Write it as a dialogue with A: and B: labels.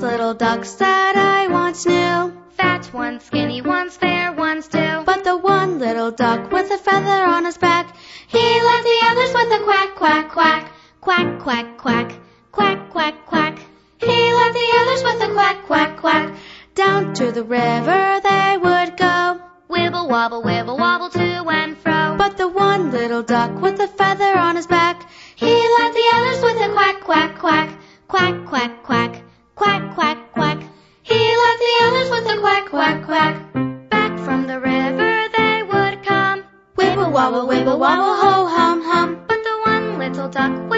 A: little ducks that I once knew.
B: Fat ones, skinny ones, fair ones too.
A: But the one little duck with a feather on his back, he led the others with a quack, quack, quack. Quack, quack, quack. Quack, quack, quack. He led the others with a quack, quack, quack. Down to the river they would go.
B: Wibble wobble, wibble wobble to and fro.
A: But the one little duck with a feather on his back, he led the others with a quack, quack, quack. Quack, quack, quack. Quack, quack, quack. He led the others with a quack, quack, quack.
B: Back from the river they would come.
A: Wibble wobble, wibble wobble, ho hum hum.
B: But the one little duck